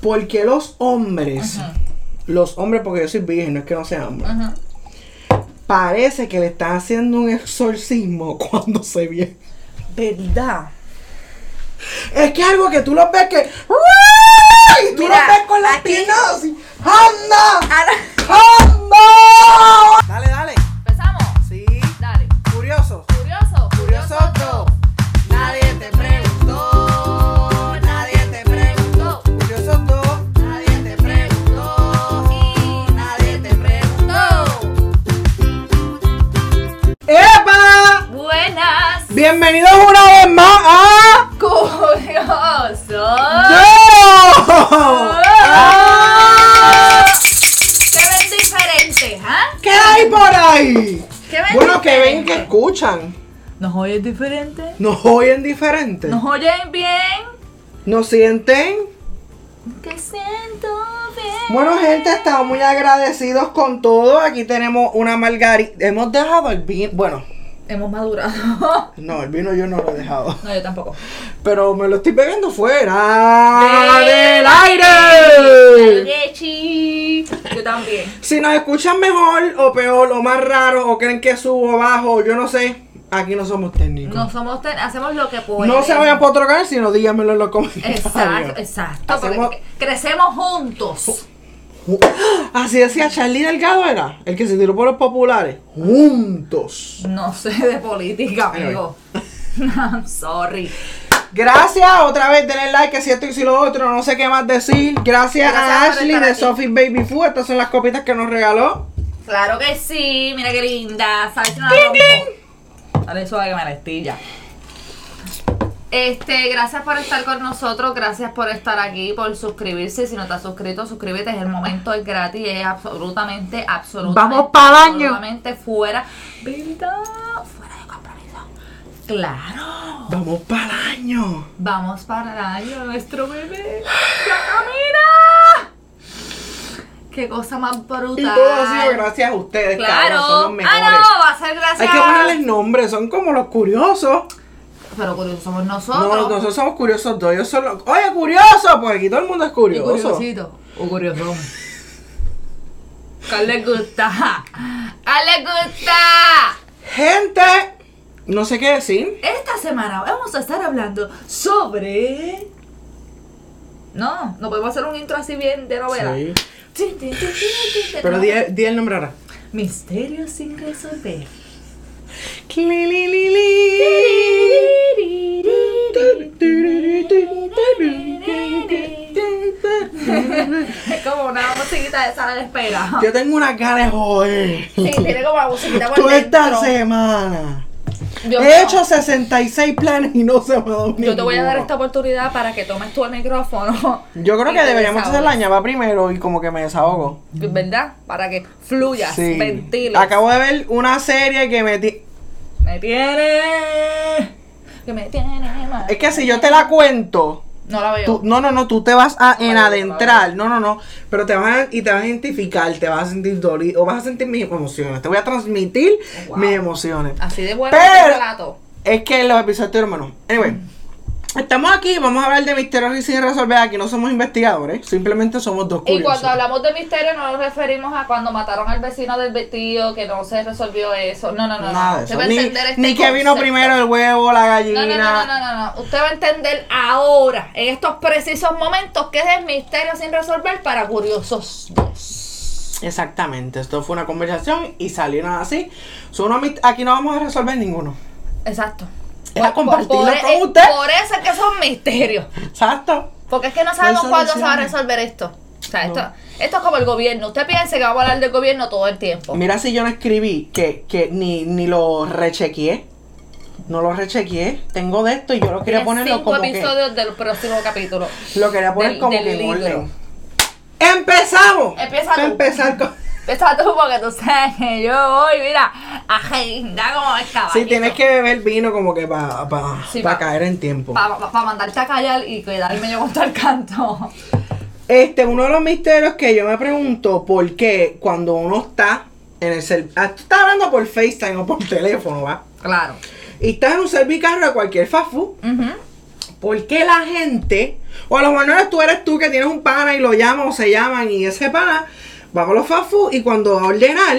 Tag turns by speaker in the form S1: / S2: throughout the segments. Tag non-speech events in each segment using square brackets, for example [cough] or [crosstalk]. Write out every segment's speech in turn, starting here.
S1: Porque los hombres,
S2: Ajá.
S1: los hombres, porque yo soy virgen, no es que no sea hombre,
S2: Ajá.
S1: parece que le están haciendo un exorcismo [laughs] cuando se viene.
S2: ¿Verdad?
S1: Es que algo que tú lo ves que. Y tú lo
S2: Mira,
S1: ves con las
S2: aquí-
S1: piernas así. ¡Anda!
S2: Ahora.
S1: ¡Anda! Dale, dale.
S2: Empezamos.
S1: Sí.
S2: Dale.
S1: Curioso.
S2: Curioso.
S1: Curioso
S2: dos. Nadie te preguntó. Nadie te preguntó.
S1: Curioso todo.
S2: Nadie te preguntó. Y nadie te preguntó.
S1: ¡Epa!
S2: Buenas.
S1: Bienvenidos una vez más a.
S2: Curioso.
S1: ¡Yo! ¡Ah!
S2: ¿Qué ven diferente? ¿Ah?
S1: ¿Qué hay por ahí?
S2: ¿Qué ven
S1: Bueno, que ven
S2: diferente?
S1: que escuchan.
S2: ¿Nos oyes diferente?
S1: Nos oyen diferente.
S2: ¿Nos oyen bien?
S1: Nos sienten
S2: Que siento bien.
S1: Bueno, gente, estamos muy agradecidos con todo. Aquí tenemos una margarita. Hemos dejado el vino. Bueno,
S2: Hemos madurado. [laughs]
S1: no, el vino yo no lo he dejado.
S2: No, yo tampoco.
S1: Pero me lo estoy bebiendo fuera del
S2: Pero
S1: aire.
S2: de chi. Yo también.
S1: Si nos escuchan mejor o peor o más raro o creen que subo o bajo, yo no sé. Aquí no somos técnicos.
S2: No
S1: No,
S2: somos ten- hacemos lo que podemos.
S1: se vayan por otro canal, sino díganmelo en los comentarios.
S2: Exacto, exacto. porque
S1: Hacemos-
S2: Crecemos juntos.
S1: [laughs] Así decía Charlie Delgado era, el que se tiró por los populares. Juntos.
S2: No sé de política, amigo. [laughs] I'm sorry.
S1: Gracias, otra vez denle like, que si esto y si lo otro, no sé qué más decir. Gracias, a
S2: Gracias por
S1: Ashley
S2: estar
S1: de
S2: aquí.
S1: Sophie Baby Food. Estas son las copitas que nos regaló.
S2: Claro que sí. Mira qué linda. Sabes que no la rompo. Dale suave que me la estilla. Este, gracias por estar con nosotros, gracias por estar aquí, por suscribirse. Si no te has suscrito, suscríbete, es el momento, es gratis, es absolutamente, absolutamente.
S1: Vamos pa'l año.
S2: Absolutamente fuera. ¿Verdad? Fuera de compromiso. Claro.
S1: Vamos para el año.
S2: Vamos para el año, nuestro bebé. ¡Ya camina! ¡Qué cosa más brutal!
S1: Y todo ha sido gracias a ustedes, cabrón, son
S2: Claro.
S1: los
S2: Ah,
S1: mejores.
S2: no, va a ser gracias.
S1: Hay que ponerles nombres, son como los curiosos.
S2: Pero curiosos somos
S1: No,
S2: nosotros.
S1: nosotros somos curiosos dos. Yo solo. Oye, curioso, pues aquí todo el mundo es
S2: Y
S1: curioso.
S2: curiosito. O curiosón. ¿Cuál les gusta? ¿Cuál les gusta?
S1: Gente, no sé qué decir.
S2: Esta semana vamos a estar hablando sobre. No, no podemos hacer un intro así bien de novela.
S1: Sí.
S2: Tin, tin, tin, tin, tin, tin,
S1: Pero
S2: no.
S1: di, di el nombre ahora.
S2: Misterios sin resolver.
S1: Cli, li, li, li. Yo
S2: Es como una musiquita de sala de espera.
S1: tengo una cara de joder.
S2: Sí, tiene como la musiquita por
S1: Toda esta
S2: dentro.
S1: semana.
S2: Dios mío,
S1: He hecho 66 planes y no se me ha dado
S2: Yo te voy a dar esta
S1: ninguno.
S2: oportunidad para que tomes tú el micrófono. [laughs]
S1: Yo creo
S2: y
S1: que
S2: te
S1: deberíamos hacer la
S2: desahogues.
S1: ñapa primero y como que me desahogo.
S2: ¿Verdad? Para que fluyas,
S1: Sí.
S2: ventiles.
S1: Acabo de ver una serie que me... ti-
S2: Me tiene. Que me tiene mal.
S1: Es que si yo te la cuento...
S2: No la veo.
S1: Tú- no, no, no, tú te vas a
S2: No,
S1: enadentrar. No, no, no. Pero te vas a, y te vas a identificar, te vas a sentir dolido, o vas a sentir mis emociones. Te voy a transmitir
S2: Wow.
S1: mis emociones.
S2: Así de bueno
S1: Pero-
S2: es el plato.
S1: Es que los episodios, hermano. Anyway, estamos aquí, vamos a hablar de misterios y sin resolver. Aquí no somos investigadores, simplemente somos dos curiosos.
S2: Y cuando hablamos de misterio no nos referimos a cuando mataron al vecino del vestido, que no se resolvió eso. No, no, no.
S1: Nada de eso.
S2: no. Usted va a
S1: Ni,
S2: entender este
S1: ni que vino
S2: concepto.
S1: primero el huevo, la
S2: No, no, no, no,
S1: gallina.
S2: no, no. Usted va a entender ahora, en estos precisos momentos, qué es el misterio sin resolver para curiosos.
S1: Exactamente, esto fue una conversación y salió nada así. So, no, amist- aquí no vamos a resolver ninguno.
S2: Exacto.
S1: Es a compartirlo con
S2: eh,
S1: usted.
S2: Por eso es que son misterios.
S1: Exacto.
S2: Porque es que no
S1: hay
S2: sabemos cuándo se va a
S1: solución.
S2: resolver esto. O sea,
S1: No.
S2: esto, esto es como el gobierno. Usted piensa que vamos a hablar del gobierno todo el tiempo.
S1: Mira si yo no escribí, que, que ni, ni lo rechequeé. No lo rechequeé. Tengo de esto y yo lo quería
S2: Tiene
S1: ponerlo
S2: cinco
S1: como que...
S2: episodios del próximo capítulo.
S1: Lo quería poner
S2: del-
S1: como
S2: del
S1: que en
S2: libro.
S1: orden. ¡Empezamos!
S2: Empieza
S1: Voy a
S2: tú.
S1: empezar con...
S2: Empieza tú porque tú sabes que yo voy, mira, agenda como el caballo.
S1: Sí, tienes que beber vino como que para pa,
S2: Ah, Sí,
S1: pa
S2: pa-
S1: caer en tiempo.
S2: Para mandarte a callar y quedarme yo contra el canto.
S1: Este, uno de los misterios que yo me pregunto por qué cuando uno está en el... cel- Ah, Tú estás hablando por FaceTime o por teléfono, ¿va?
S2: [laughs] Claro.
S1: Y estás en un servicarro de cualquier fast food.
S2: Ujú.
S1: ¿Por qué la gente? O a lo mejor no eres tú, eres tú que tienes un pana y lo llaman o se llaman y ese pana, vamos a los fast food y cuando va a ordenar,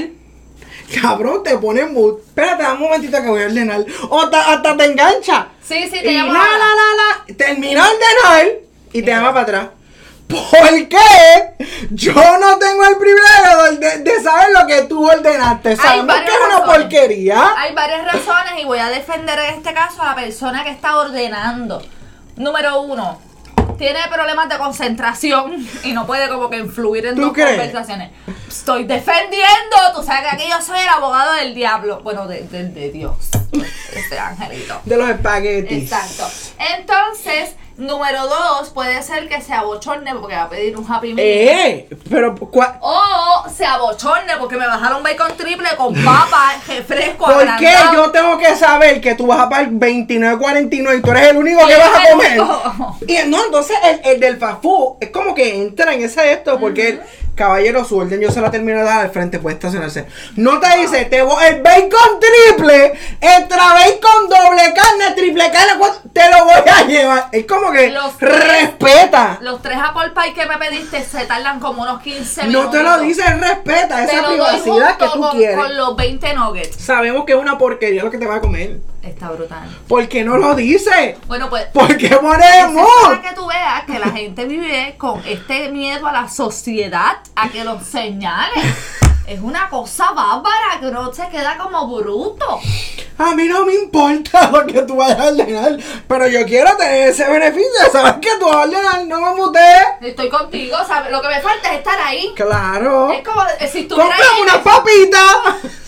S1: cabrón, te pone mood. Espérate, dame un momentito que voy a ordenar. O ta- hasta te engancha.
S2: Sí, sí, te
S1: Y la,
S2: llamo.
S1: la,
S2: ahora.
S1: la, la, termina de ordenar y te llama para atrás. ¿Por qué yo no tengo el privilegio de, de- de saber lo que tú ordenaste? Sabemos que
S2: varias
S1: es una
S2: razones.
S1: porquería.
S2: Hay varias razones y voy a defender en este caso a la persona que está ordenando. Número uno, tiene problemas de concentración y no puede como que influir en
S1: ¿Tú
S2: tus
S1: crees?
S2: conversaciones. Estoy defendiendo, tú sabes que aquí yo soy el abogado del diablo. Bueno, de, de- de Dios, este angelito.
S1: De los espaguetis.
S2: Exacto. Entonces, número dos, puede ser que se abochorne porque va a pedir un Happy Meal.
S1: Eh, pero ¿cuál?
S2: O se abochorne porque me bajaron bacon triple con papa, refresco,
S1: ¿Por qué
S2: agrandado.
S1: yo tengo que saber que tú vas a pagar 29.49 y tú eres el único que
S2: Y
S1: vas
S2: es
S1: a
S2: el
S1: comer?
S2: único.
S1: Y no, entonces el, el del fast food es como que entra en ese esto porque el caballero su orden yo se la termino de dar al frente, puede estacionarse. No
S2: Ah.
S1: te dice, te voy, el bacon triple, extra bacon doble carne, triple carne, cuatro- te lo voy a llevar. Es como que
S2: Los-
S1: respeta.
S2: Los tres apple pie que me pediste se tardan como unos 15 minutos.
S1: No te lo dice, respeta
S2: Te
S1: esa
S2: lo doy
S1: privacidad que
S2: junto
S1: tú
S2: con,
S1: quieres.
S2: Con los 20 nuggets.
S1: Sabemos que es una porquería lo que te vas a comer.
S2: Está brutal.
S1: ¿Por qué no lo dice?
S2: Bueno, pues.
S1: ¿Por qué
S2: es
S1: ponemos?
S2: Para que tú veas que la gente vive con este miedo a la sociedad, a que los señalen. Es una cosa bárbara que uno se queda como bruto.
S1: A mí no me importa lo que tú vayas a ordenar, pero yo quiero tener ese beneficio. ¿Sabes que tú vas a ordenar? No me mutees.
S2: Estoy contigo, ¿sabes? Lo que me falta es estar ahí.
S1: Claro.
S2: Es como eh, si estuviera
S1: Compra
S2: ahí.
S1: una papita. [laughs]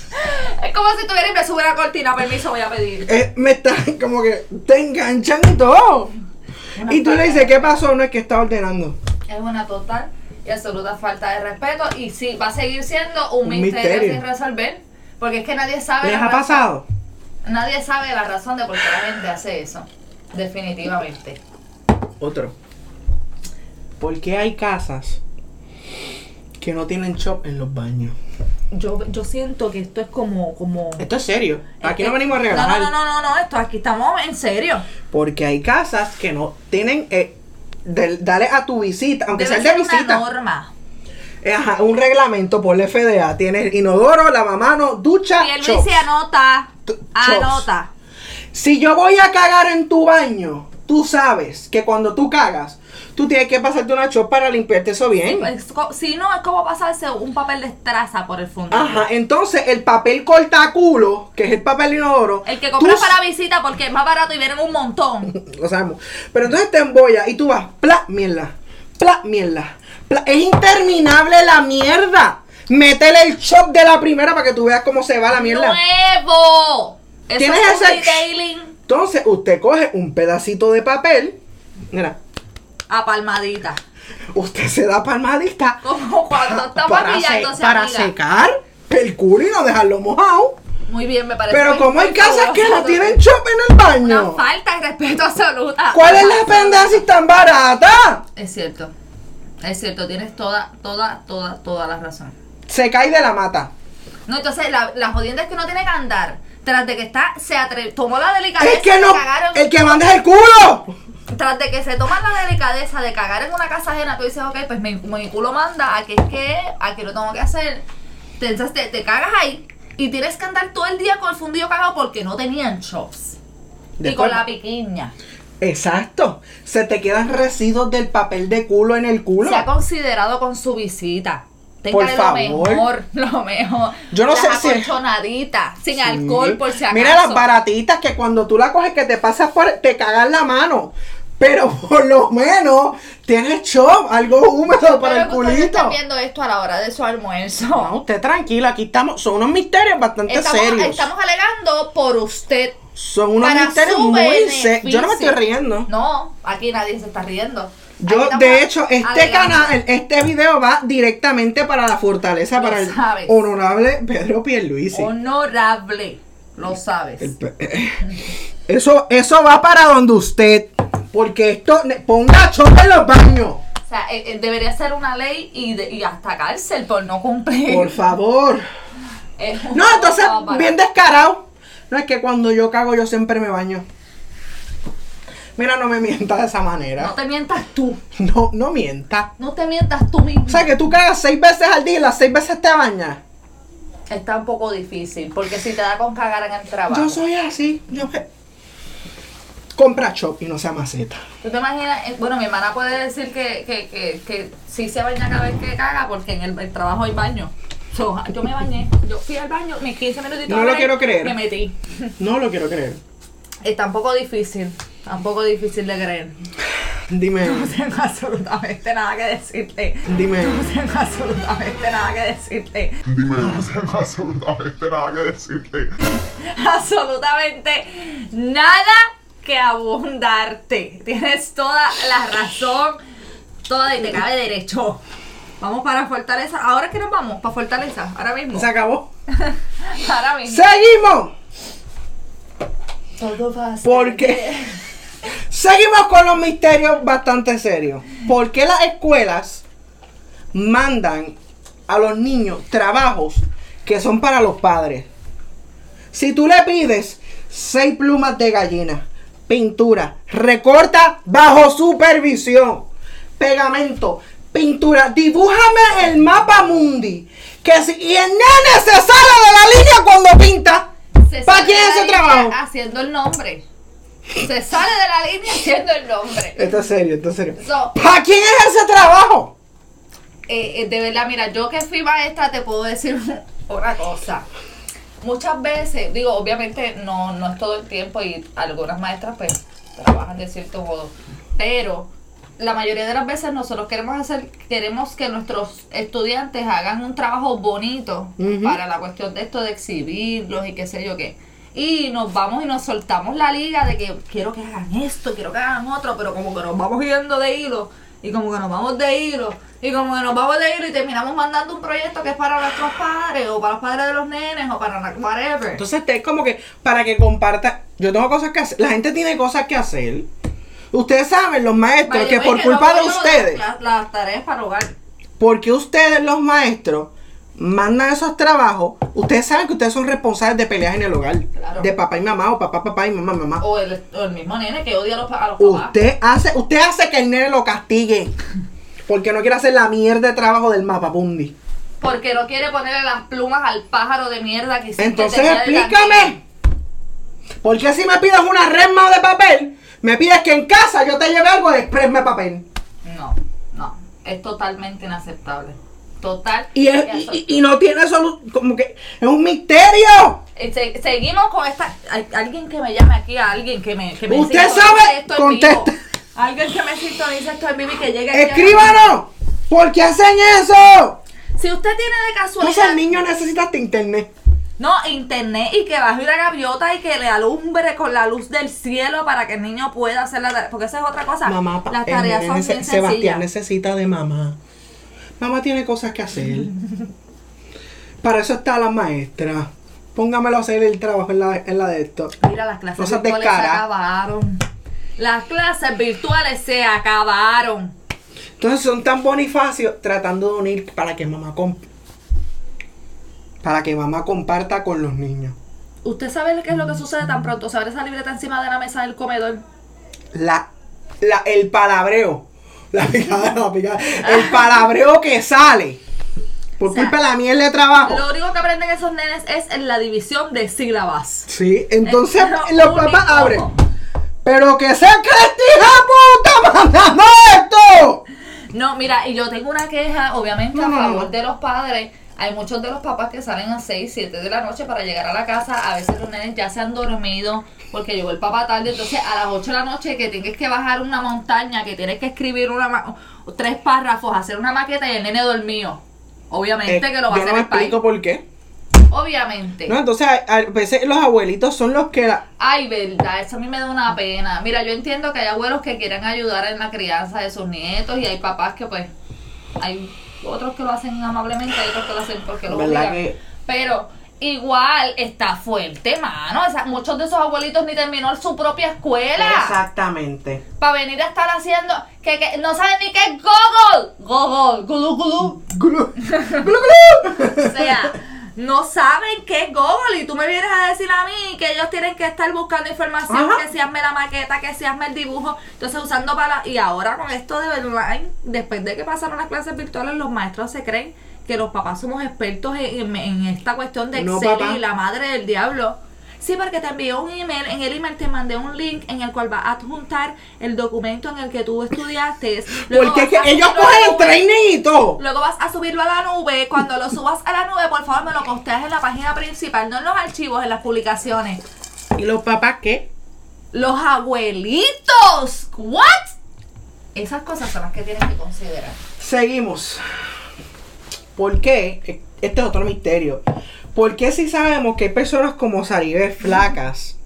S2: Es como si estuviera y me sube la cortina. Permiso, voy a pedir.
S1: Eh, me están como que te enganchan y todo. Y tú le dices, ¿qué pasó? No es que está ordenando.
S2: Es una total y absoluta falta de respeto y sí, va a seguir siendo un,
S1: Un
S2: misterio,
S1: misterio.
S2: sin resolver, porque es que nadie sabe,
S1: ¿Les
S2: la
S1: ha
S2: razón-
S1: pasado?
S2: nadie sabe la razón de por qué la gente hace eso, definitivamente.
S1: Otro. ¿Por qué hay casas que no tienen shop en los baños?
S2: Yo, yo siento que esto es como... como
S1: Esto es serio. Aquí
S2: es-
S1: no venimos a regalar.
S2: Eh, No, no, no, no, no, esto aquí estamos en serio.
S1: Porque hay casas que no tienen. eh, del- dale a tu visita, aunque
S2: Debe
S1: sea
S2: ser
S1: de
S2: una
S1: visita.
S2: norma.
S1: eh, ajá, un reglamento por la FDA. Tienes inodoro, lavamano, ducha.
S2: Y él
S1: chops.
S2: dice anota,
S1: T-
S2: anota.
S1: Si yo voy a cagar en tu baño, tú sabes que cuando tú cagas, tú tienes que pasarte una chop para limpiarte eso bien.
S2: Es co- si no, es como pasarse un papel de estraza por el fondo.
S1: Ajá, entonces el papel cortaculo, que es el papel inodoro.
S2: El que compras
S1: tú
S2: para visita porque es más barato y vienen un montón.
S1: [laughs] Lo sabemos. Pero entonces te embolla y tú vas, pla, mierda, pla, mierda. pla. Es interminable la mierda. Métele el shop de la primera para que tú veas cómo se va la mierda.
S2: ¡Nuevo! Eso
S1: ¿Tienes
S2: es un
S1: ese-
S2: retailing
S1: Entonces usted coge un pedacito de papel. Mira,
S2: a palmadita.
S1: usted se da palmadita
S2: Como cuando está
S1: Ah, para, se-
S2: maquillándose,
S1: para
S2: amiga.
S1: secar el culo y no dejarlo mojado.
S2: Muy bien, me parece.
S1: Pero
S2: muy-
S1: como hay
S2: muy
S1: casas que no
S2: fabuloso.
S1: tienen shop en el
S2: Una
S1: baño.
S2: falta de respeto absoluta.
S1: ¿Cuál es la pendeja si es tan barata?
S2: Es cierto. Es cierto, tienes toda, toda, toda, toda la razón.
S1: Se cae de la mata.
S2: No, entonces la, la jodienda es que no tiene que andar. Tras de que está, se atre- tomó la delicadeza
S1: Es que no,
S2: de cagar en-
S1: el que manda es el culo.
S2: Tras de que se toman la delicadeza de cagar en una casa ajena, tú dices, ok, pues mi, mi culo manda, aquí es que, aquí lo tengo que hacer. Te- Entonces te, te cagas ahí y tienes que andar todo el día con el fundido cagado porque no tenían chops. Y
S1: Después-
S2: con la piquiña.
S1: Exacto. Se te quedan residuos del papel de culo en el culo.
S2: Se ha considerado con su visita.
S1: Por
S2: Téngale
S1: favor.
S2: lo mejor, [laughs] lo mejor.
S1: Yo no
S2: Las
S1: sé si-
S2: acolchonaditas, sin
S1: Sí.
S2: alcohol, por si acaso.
S1: Mira las baratitas que cuando tú la coges que te pasas por te cagas la mano. Pero por lo menos tienes chop, algo húmedo [laughs] para el
S2: Espero que ustedes
S1: culito.
S2: estén viendo esto a la hora de su almuerzo.
S1: No, usted tranquila, aquí estamos. Son unos misterios bastante
S2: estamos,
S1: serios.
S2: estamos alegando por usted.
S1: Son unos
S2: para
S1: misterios
S2: su
S1: muy serios. Yo no me
S2: beneficio.
S1: estoy riendo.
S2: No, aquí nadie se está riendo. Aquí
S1: Yo,
S2: estamos
S1: de hecho, este
S2: alegando.
S1: canal, este video va directamente para la fortaleza,
S2: Lo
S1: para el
S2: sabes.
S1: honorable Pedro Pierluisi.
S2: Honorable, lo sabes.
S1: El pe- [laughs] Eso, eso va para donde usted. Porque esto ne- ponga choque en los baños.
S2: O sea, eh, eh, debería ser una ley y, de- y hasta cárcel por no cumplir.
S1: [laughs] Por favor.
S2: [laughs] Es una
S1: Oh, No, entonces,
S2: cosa bárbara.
S1: bien descarado. No es que cuando yo cago, yo siempre me baño. Mira, no me mientas de esa manera.
S2: No te mientas tú.
S1: No, no mientas.
S2: No te mientas tú mismo.
S1: O sea, que tú cagas seis veces al día y las seis veces te bañas.
S2: Está un poco difícil, porque si te da con cagar en el trabajo.
S1: Yo soy así. Yo me- Compra shop y no sea maceta.
S2: ¿Tú te imaginas? Eh, Bueno, mi hermana puede decir que, que, que, que sí se baña cada vez que caga, porque en el, el trabajo hay baño. So, yo me bañé, yo fui al baño, mis 15 minutitos.
S1: No lo
S2: break,
S1: quiero creer.
S2: Me metí.
S1: No lo quiero creer.
S2: Está un poco difícil, está un poco difícil de creer. [laughs]
S1: Dime,
S2: No tengo absolutamente nada que decirte.
S1: dime.
S2: No tengo absolutamente nada que decirte.
S3: Dime, no tengo absolutamente nada que decirte.
S2: [laughs] absolutamente nada que abundarte. Tienes toda la razón, toda y te cabe derecho. Vamos para Fortaleza. ¿Ahora que nos vamos? Para Fortaleza, ahora mismo.
S1: Se acabó.
S2: Ahora mismo.
S1: Seguimos.
S2: Todo va a ser
S1: ¿Por qué? Seguimos con los misterios bastante serios. ¿Por qué las escuelas mandan a los niños trabajos que son para los padres? Si tú le pides seis plumas de gallina, pintura, recorta bajo supervisión, pegamento, pintura, dibújame el mapa mundi. Que si, y el nene se sale de la línea cuando pinta.
S2: Se
S1: ¿Para
S2: sale
S1: quién
S2: de
S1: es
S2: la
S1: ese
S2: línea
S1: trabajo?
S2: Haciendo el nombre. Se sale de la línea haciendo el nombre.
S1: Esto es serio, esto es serio.
S2: So,
S1: ¿Para quién es ese trabajo?
S2: eh, eh, de verdad, mira, yo que fui maestra te puedo decir [laughs] una cosa. Muchas veces, digo, obviamente no, no es todo el tiempo y algunas maestras pues trabajan de cierto modo, pero la mayoría de las veces nosotros queremos hacer, queremos que nuestros estudiantes hagan un trabajo bonito
S1: Ujú.
S2: para la cuestión de esto de exhibirlos y qué sé yo qué. Y nos vamos y nos soltamos la liga de que quiero que hagan esto, quiero que hagan otro, pero como que nos vamos yendo de hilo, y como que nos vamos de hilo, y como que nos vamos de hilo y terminamos mandando un proyecto que es para nuestros padres, o para los padres de los nenes, o para na- whatever.
S1: Entonces, te, como que para que comparta. Yo tengo cosas que hacer. La gente tiene cosas que hacer. Ustedes saben, los maestros,
S2: By the
S1: que
S2: way,
S1: por
S2: pues, no
S1: culpa de
S2: puedo
S1: ustedes,
S2: Las, las tareas para hogar.
S1: porque ustedes, los maestros, mandan esos trabajos. Ustedes saben que ustedes son responsables de peleas en el hogar.
S2: Claro.
S1: De papá y mamá, o papá, papá y mamá, mamá.
S2: O el, o el mismo nene que odia a los, pa- a los papás.
S1: Usted hace, usted hace que el nene lo castigue. Porque no quiere hacer la mierda de trabajo del mapa, Pundi.
S2: Porque no quiere ponerle las plumas al pájaro de mierda que hiciste
S1: Entonces
S2: el día del jardín.
S1: explícame. ¿Por qué si me pides una resma de papel, me pides que en casa yo te lleve algo de expresma de papel?
S2: No, no. Es totalmente inaceptable. Total.
S1: Y, es-
S2: y
S1: y, y- y no tiene solución. Como que es un misterio.
S2: Eh, se- seguimos con esta. al- alguien que me llame aquí, alguien que me. Que me
S1: Usted
S2: sintonice
S1: sabe,
S2: esto en vivo.
S1: contesta.
S2: Alguien que me sintonice esto en vivo y que llegue aquí a-
S1: Escríbanos. ¿Por qué hacen eso?
S2: Si usted tiene de
S1: Entonces
S2: casualidad.
S1: el niño necesita este internet.
S2: No, internet y que baje una gaviota y que le alumbre con la luz del cielo para que el niño pueda hacer la tarea. Porque esa es otra cosa.
S1: Mamá, pa-
S2: Las
S1: el
S2: tareas
S1: nene
S2: son
S1: nece-
S2: bien
S1: Sebastián
S2: sencillas.
S1: necesita de mamá. Mamá tiene cosas que hacer. Para eso está la maestra. Póngamelo a hacer el trabajo en la, en la de esto.
S2: Mira, las clases
S1: Cosas
S2: virtuales se
S1: descaradas.
S2: acabaron. Las clases virtuales se acabaron.
S1: Entonces son tan bonifacios tratando de unir para que mamá comp- para que mamá comparta con los niños.
S2: ¿Usted sabe qué es lo que sucede tan pronto? ¿Sabe esa libreta encima de la mesa del comedor?
S1: La, la- el palabreo. [laughs] La picada, la picada. El palabreo que sale. Por
S2: O sea,
S1: culpa de la miel de trabajo.
S2: Lo único que aprenden esos nenes es en la división de sílabas.
S1: Sí, entonces
S2: Es lo
S1: los papás
S2: único.
S1: abren. Pero que sea que esta hija puta [laughs] mandando esto.
S2: No, mira, y yo tengo una queja, obviamente,
S1: No, no,
S2: a
S1: no.
S2: favor de los padres. Hay muchos de los papás que salen a 6, 7 de la noche para llegar a la casa. A veces los nenes ya se han dormido porque llegó el papá tarde. Entonces, a las 8 de la noche que tienes que bajar una montaña, que tienes que escribir una ma- tres párrafos, hacer una maqueta y el nene dormido. Obviamente
S1: Eh,
S2: que lo va a
S1: yo no
S2: hacer
S1: me
S2: el país.
S1: explico por qué.
S2: Obviamente.
S1: No, entonces a, a veces los abuelitos son los que la-
S2: Ay, verdad, eso a mí me da una pena. Mira, yo entiendo que hay abuelos que quieran ayudar en la crianza de sus nietos y hay papás que pues hay otros que lo hacen amablemente, hay otros que lo hacen porque lo
S1: ¿Verdad
S2: obligan.
S1: que-
S2: Pero igual está fuerte, mano. Esa- muchos de esos abuelitos ni terminó su propia escuela
S1: Exactamente.
S2: para venir a estar haciendo que, que no saben ni qué es Google. Google, gulu gulu.
S1: Glu-
S2: O sea, no saben qué es Google y tú me vienes a decir a mí que ellos tienen que estar buscando información,
S1: Ajá.
S2: que si hazme la maqueta, que si hazme el dibujo, entonces usando para y ahora con esto de online, después de que pasaron las clases virtuales, los maestros se creen que los papás somos expertos en, en- en esta cuestión de
S1: No,
S2: Excel
S1: papá.
S2: y la madre del diablo. Sí, porque te envié un email, en el email te mandé un link en el cual va a adjuntar el documento en el que tú estudiaste. Luego
S1: Porque es que
S2: vas a
S1: ellos
S2: subirlo a
S1: cogen
S2: la
S1: el
S2: nube.
S1: training y todo.
S2: Luego vas a subirlo a la nube. Cuando lo subas a la nube, por favor, me lo posteas en la página principal, no en los archivos, en las publicaciones.
S1: ¿Y los papás qué?
S2: Los abuelitos. ¿What? Esas cosas son las que tienes que considerar.
S1: Seguimos. ¿Por qué? Este es otro misterio. ¿Por qué si sabemos que hay personas como Saribel [laughs] flacas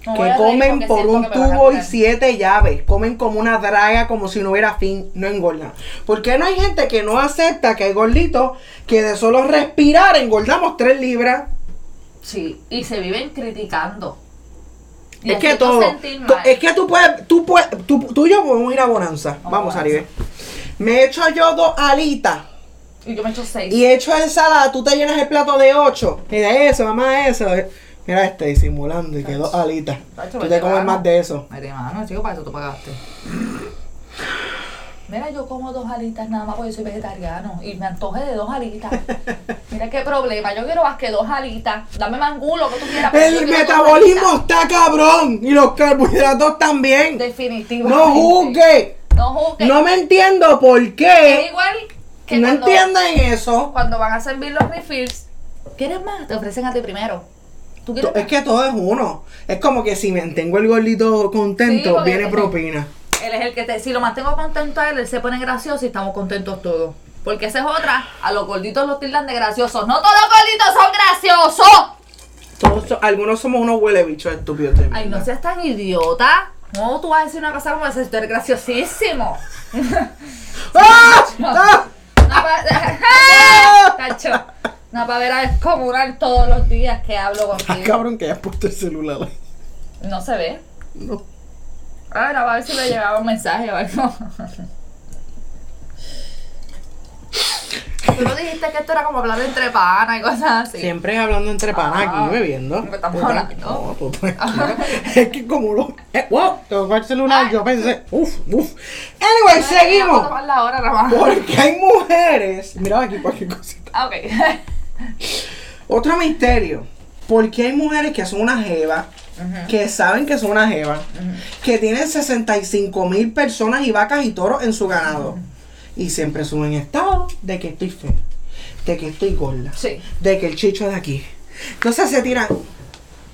S1: que comen por un tubo y siete llaves, comen como una draga, como si no hubiera fin, no engordan? ¿Por qué no hay gente que no acepta que hay gorditos que de solo respirar engordamos tres libras?
S2: Sí, y se viven criticando. Y
S1: Es que
S2: haciendo
S1: todo.
S2: sentir
S1: to-
S2: mal.
S1: Es que tú puedes. Tú, puedes tú, tú y yo podemos ir a Bonanza.
S2: Vamos
S1: Vamos,
S2: a Bonanza.
S1: Aribe. Me echo yo dos alitas.
S2: Y yo me echo seis.
S1: Y echo ensalada. Tú te llenas el plato de ocho. Mira eso, mamá, eso. Mira este disimulando y que dos alitas. Tú
S2: Tacho, vete,
S1: te comes
S2: mano.
S1: más de eso.
S2: Mete mano, chico, para eso tú pagaste. Mira, yo como dos alitas nada más porque yo soy vegetariano y me antoje de dos alitas. Mira qué problema, yo quiero más que dos alitas. Dame mangulo que tú quieras. pero yo
S1: El
S2: quiero dos
S1: metabolismo
S2: alitas.
S1: está cabrón. Y los carbohidratos también.
S2: Definitivamente.
S1: No juzgue.
S2: No juzgue.
S1: No me entiendo por
S2: Es
S1: qué.
S2: igual que
S1: No
S2: cuando,
S1: entienden eso.
S2: cuando van a servir los refills. ¿Quieres más? Te ofrecen a ti primero. ¿Tú quieres
S1: To-
S2: más?
S1: Es que todo es uno. Es como que si mantengo el gordito
S2: Sí,
S1: contento,
S2: porque-
S1: viene propina.
S2: Él es el que te, si lo mantengo contento a él, él se pone gracioso y estamos contentos todos. Porque esa es otra, a los gorditos los tildan de graciosos. ¡No todos los gorditos son graciosos!
S1: Todos so- algunos somos unos huele bichos estúpidos. de
S2: Ay, no
S1: mierda.
S2: seas tan idiota. ¿Cómo tú vas a decir una cosa como esa? Tú eres graciosísimo.
S1: ¡Ah!
S2: No.
S1: ¡Ah!
S2: No para... [laughs] Tacho. No para ver a descomunal todos los días que hablo
S1: Ah,
S2: contigo.
S1: cabrón, que hayas puesto el celular. ahí.
S2: No se ve.
S1: No.
S2: Ahora va a ver si le llegaba un mensaje o algo. Tú no dijiste que esto era como hablar entre panas y cosas así.
S1: Siempre hablando entre panas
S2: Ah.
S1: aquí, bebiendo.
S2: Porque estamos
S1: Puta,
S2: hablando. Ah.
S1: No, tú tú- Es que como lo. eh, wow, tocó el celular, yo pensé. Uf, uf. Anyway,
S2: Vamos a
S1: seguimos.
S2: tomar la hora, Ramón.
S1: Porque hay mujeres. Mira aquí cualquier cosita.
S2: Ah, ok. [laughs]
S1: Otro misterio. ¿Por qué hay mujeres que son una jeva? Que saben que son una jeva. Que tienen 65 mil personas y vacas y toros en su ganado. Y siempre suben estado de que estoy fea. De que estoy gorda.
S2: Sí.
S1: De que el chicho de aquí. Entonces se tiran.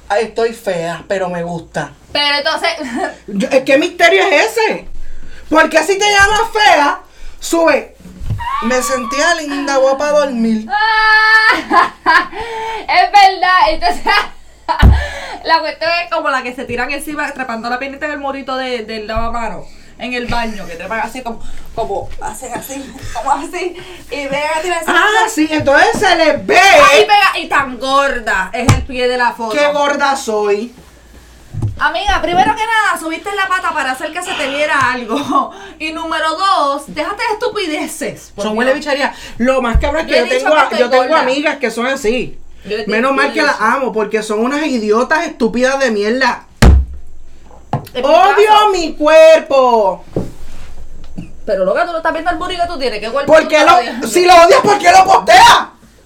S1: Ay, estoy fea, pero me gusta.
S2: Pero entonces,
S1: Yo- ¿Qué misterio es ese? Porque si te llamas fea, sube. Me sentía linda, voy para dormir.
S2: ¡Ah! [laughs] es verdad. Entonces, [laughs] la cuestión es como la que se tiran encima, trepando la piernita en el morito de, del lavamano. En el baño, que trepan así como, como, hacen así, como así, y vean a tirarse.
S1: Ah, sí, entonces se les ve.
S2: Ahí pega, y tan gorda es el pie de la foto.
S1: ¡Qué gorda soy!
S2: Amiga, primero que nada, subiste la pata para hacer que se te viera algo. [laughs] Y número dos, déjate de estupideces. por
S1: Son
S2: Dios.
S1: huele bicharía. Lo más cabrón es
S2: Yo
S1: que
S2: he
S1: yo,
S2: dicho
S1: tengo,
S2: que
S1: a-
S2: estoy
S1: yo tengo
S2: gorda.
S1: amigas que son así.
S2: Yo he
S1: Menos
S2: dicho-
S1: mal que las amo porque son unas idiotas estúpidas de mierda.
S2: Es mi
S1: ¡Odio
S2: caso.
S1: mi cuerpo!
S2: Pero loca, tú no estás viendo el burrito que tú tienes. ¿Qué cuerpo
S1: ¿Por
S2: tú
S1: qué
S2: estás
S1: lo,
S2: odiando?
S1: si lo odias, ¿por qué lo posteas?